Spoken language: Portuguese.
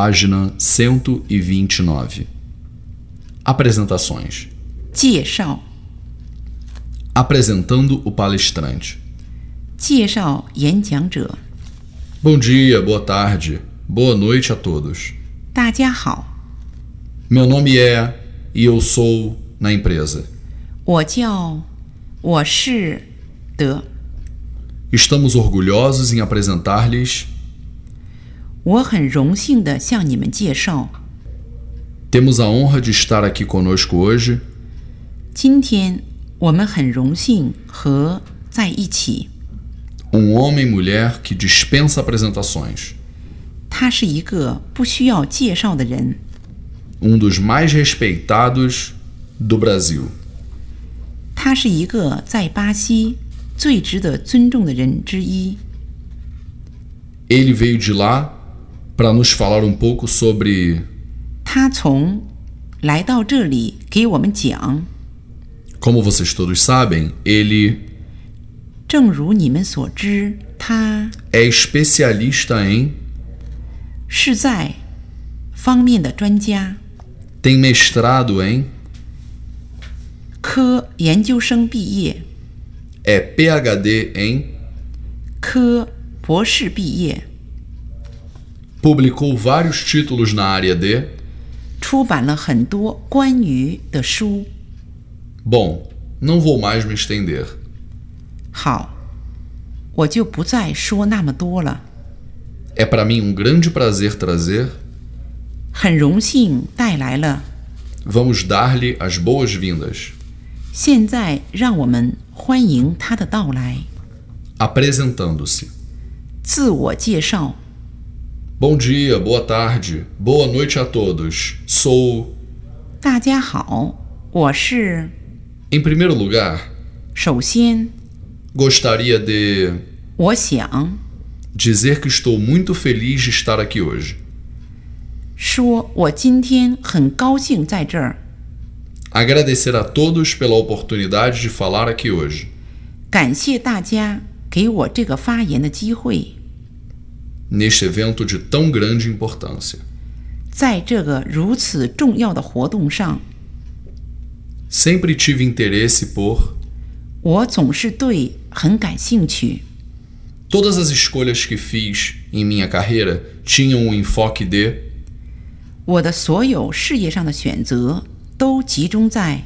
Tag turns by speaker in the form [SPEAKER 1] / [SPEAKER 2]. [SPEAKER 1] página 129. Apresentações.
[SPEAKER 2] 介绍
[SPEAKER 1] Apresentando o palestrante.
[SPEAKER 2] 介绍演讲者，
[SPEAKER 1] Bom dia, boa tarde, boa noite a todos.
[SPEAKER 2] 大家好，
[SPEAKER 1] Meu nome é e eu sou na empresa.
[SPEAKER 2] 我叫我是的，
[SPEAKER 1] Estamos orgulhosos em apresentar-lhes.
[SPEAKER 2] 我很荣幸地向你们介绍，
[SPEAKER 1] Temos a honra de estar aqui conosco hoje
[SPEAKER 2] 今天我们很荣幸和在一起。
[SPEAKER 1] um homem e mulher que dispensa apresentações,
[SPEAKER 2] 他是一个不需要介绍的人，
[SPEAKER 1] um dos mais respeitados do Brasil.
[SPEAKER 2] 他是一个在巴西最值得尊重的人之一。
[SPEAKER 1] Ele veio de lá para nos falar um pouco sobre
[SPEAKER 2] 他从来到这里给我们讲，
[SPEAKER 1] Como vocês todos sabem, ele
[SPEAKER 2] 正如你们所知，他
[SPEAKER 1] é especialista em,
[SPEAKER 2] 是在方面的专家，
[SPEAKER 1] tem mestrado em,
[SPEAKER 2] 科研究生毕业，
[SPEAKER 1] é PhD em,
[SPEAKER 2] 科博士毕业，
[SPEAKER 1] publicou vários títulos na área de.
[SPEAKER 2] 出版了很多关于的书。
[SPEAKER 1] Bom, não vou mais me estender.
[SPEAKER 2] 好，我就不再说那么多了。
[SPEAKER 1] É para mim um grande prazer trazer.
[SPEAKER 2] 很荣幸带来了，
[SPEAKER 1] Vamos dar-lhe as boas-vindas,
[SPEAKER 2] 现在让我们欢迎他的到来。
[SPEAKER 1] apresentando-se.
[SPEAKER 2] 自我介绍，
[SPEAKER 1] Bom dia, boa tarde, boa noite a todos. Sou,
[SPEAKER 2] 大家好，我是。
[SPEAKER 1] em primeiro lugar,
[SPEAKER 2] 首先，
[SPEAKER 1] gostaria de
[SPEAKER 2] 我想
[SPEAKER 1] dizer que estou muito feliz de estar aqui hoje.
[SPEAKER 2] 说，我今天很高兴在这儿，
[SPEAKER 1] Agradecer a todos pela oportunidade de falar aqui hoje.
[SPEAKER 2] 感谢大家给我这个发言的机会。
[SPEAKER 1] Neste evento de tão grande importância.
[SPEAKER 2] 在这个如此重要的活动上，
[SPEAKER 1] Sempre tive interesse por
[SPEAKER 2] 我总是对很感兴趣。
[SPEAKER 1] todas as escolhas que fiz em minha carreira tinham um enfoque de
[SPEAKER 2] 我的所有事业上的选择都集中在